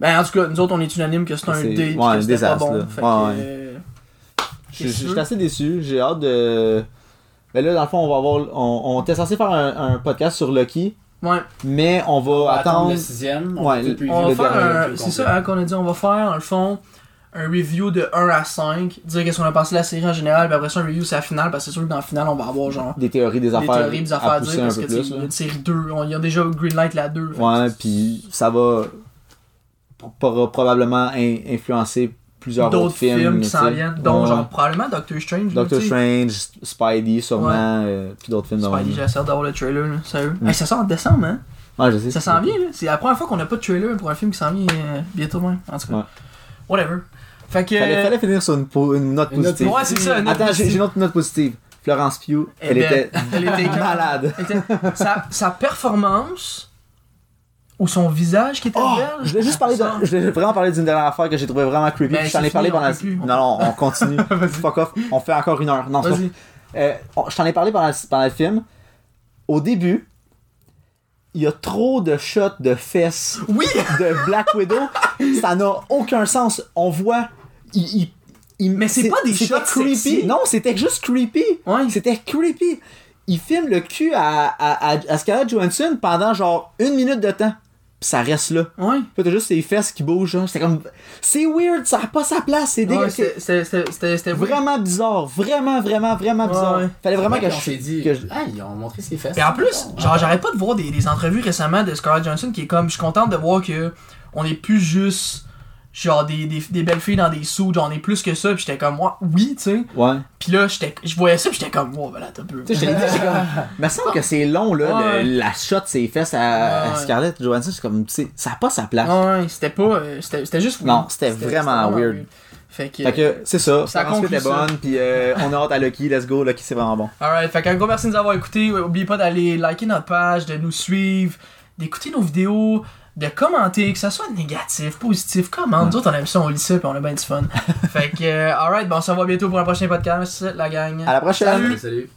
A: Ben, en tout cas, nous autres, on est unanime que c'est un
B: C'est-
A: dé, puis
B: ouais, un
A: que c'était pas
B: désastre,
A: bon.
B: là.
A: Fait
B: Ouais,
A: que,
B: ouais.
A: euh,
B: Je
A: T'es
B: je- je
A: sûr?
B: suis assez déçu. J'ai hâte de. Mais là, dans le fond, on va avoir. On, on était censé faire un, un podcast sur Lucky,
A: ouais.
B: mais on va
C: On va
B: attendre.
C: le sixième.
B: Ouais,
C: fait plus
B: Puis
A: On va
B: le
C: vite.
A: faire
B: dernier,
A: un-
C: plus
A: C'est
C: complet.
A: ça hein, qu'on a dit, on va faire, dans le fond, un review de 1 à 5, dire qu'est-ce qu'on a pensé de la série en général, puis après ça, un review, c'est la finale, parce que c'est sûr que dans la finale, on va avoir genre
B: Des théories des
A: des
B: affaires.
A: théories, des affaires
B: à
A: à
B: pousser
A: dire, parce
B: un
A: que
B: peu
A: tu
B: plus.
A: sais,
B: là.
A: il y a une série 2, on- il y a déjà Greenlight la 2. fait
B: Ouais,
A: que
B: puis ça va pour- pour- probablement in- influencer plusieurs
A: D'autres
B: autres films.
A: films, qui
B: tu sais.
A: s'en viennent, dont
B: Ouais.
A: genre probablement Doctor Strange. là,
B: Doctor
A: tu sais.
B: Strange, Sp- Spidey sûrement, euh, puis d'autres films. de
A: Spidey,
B: même.
A: j'essaie d'avoir le trailer, là, sérieux.
B: Mm.
A: Hey, ça sort en décembre, hein?
B: Ouais, je sais.
A: Ça s'en vient, là. C'est la première fois qu'on n'a pas de trailer pour un film qui s'en vient euh, bientôt, hein. En tout cas.
B: Ouais.
A: Whatever. Fait que.
B: Fallait, fallait finir sur une, po- une note
C: Une note
B: positive.
A: Ouais, c'est ça, une note
B: Attends, j'ai
A: positive.
B: j'ai une autre note positive. Florence Pugh,
A: Eh
B: elle
A: ben,
B: était
A: elle était
B: malade.
A: Elle était- sa, sa performance ou son visage qui était
B: Oh,
A: belle.
B: je voulais juste parler de,
A: Ça-
B: je voulais vraiment parler d'une dernière affaire que j'ai trouvé vraiment creepy.
A: Ben,
B: puis je t'en
A: c'est
B: ai parlé
A: fini, on
B: pendant.
A: peut plus.
B: Non, non, on continue. Fuck off. On fait encore une heure. Non, c'est pas-
A: Vas-y.
B: Euh, on- je t'en ai parlé pendant, le- pendant le film. Au début, il y a trop de shots de fesses
A: Oui!
B: de Black Widow. ça n'a aucun sens. On voit. il- il- il-
A: Mais c'est pas des
B: c'était
A: shots
B: creepy.
A: sexy.
B: Non, c'était juste creepy.
A: Ouais.
B: C'était creepy. Il filme le cul à, à, à- à Scarlett Johansson pendant genre une minute de temps. Puis ça reste là.
A: Ouais.
B: Puis t'as juste ses fesses qui bougent. genre. C'est comme. C'est weird, ça n'a pas sa place. C'est dégueu-
A: Ouais,
B: c'est
A: c'était- C'était c'était- c'était vrai.
B: Vraiment bizarre, vraiment, vraiment, vraiment
A: Ouais,
B: bizarre.
A: ouais.
B: Fallait vraiment
C: Ouais,
B: que
C: puis
B: je,
C: on s'est dit.
B: que je-
C: Ah, ils ont montré ses fesses.
A: Et en plus,
C: Ouais.
A: genre, j'arrête pas de voir des, des entrevues récemment de Scarlett Johansson qui est comme, je suis contente de voir que on est plus juste, genre, des, des, des belles filles dans des sous, genre, on est plus que ça, pis j'étais comme, moi, oui, tu sais.
B: Ouais.
A: Pis là, j'étais- je voyais ça, pis j'étais comme, wow, ben là, t'as peu.
B: Tu sais, je t'ai dit, j'ai comme. Me semble que c'est long, là,
A: Ouais.
B: le- la shot ses fesses à,
A: Ouais.
B: à Scarlett Johansson. C'est comme, tu sais, ça n'a pas sa place.
A: Ouais, c'était pas. euh, C'était c'était juste.
B: Non, c'était vraiment weird.
A: Fait que.
B: Fait que, c'est ça.
A: Ça
B: Ça conclut
A: conclut
B: était
A: ça.
B: bonne, puis euh, on a hâte à Lucky. Let's go, Lucky, c'est vraiment bon.
A: Alright, fait qu'un gros merci de nous avoir écoutés. Ouais, Oubliez pas d'aller liker notre page, de nous suivre, d'écouter nos vidéos, de commenter, que ça soit négatif, positif, comment. Nous autres, on aime ça, on lit ça, puis on a ben, bien du fun. fait que, euh, alright, bon, on se revoit bientôt pour un prochain podcast, la gang.
B: À la prochaine!
A: Salut.
C: Ah, Salut.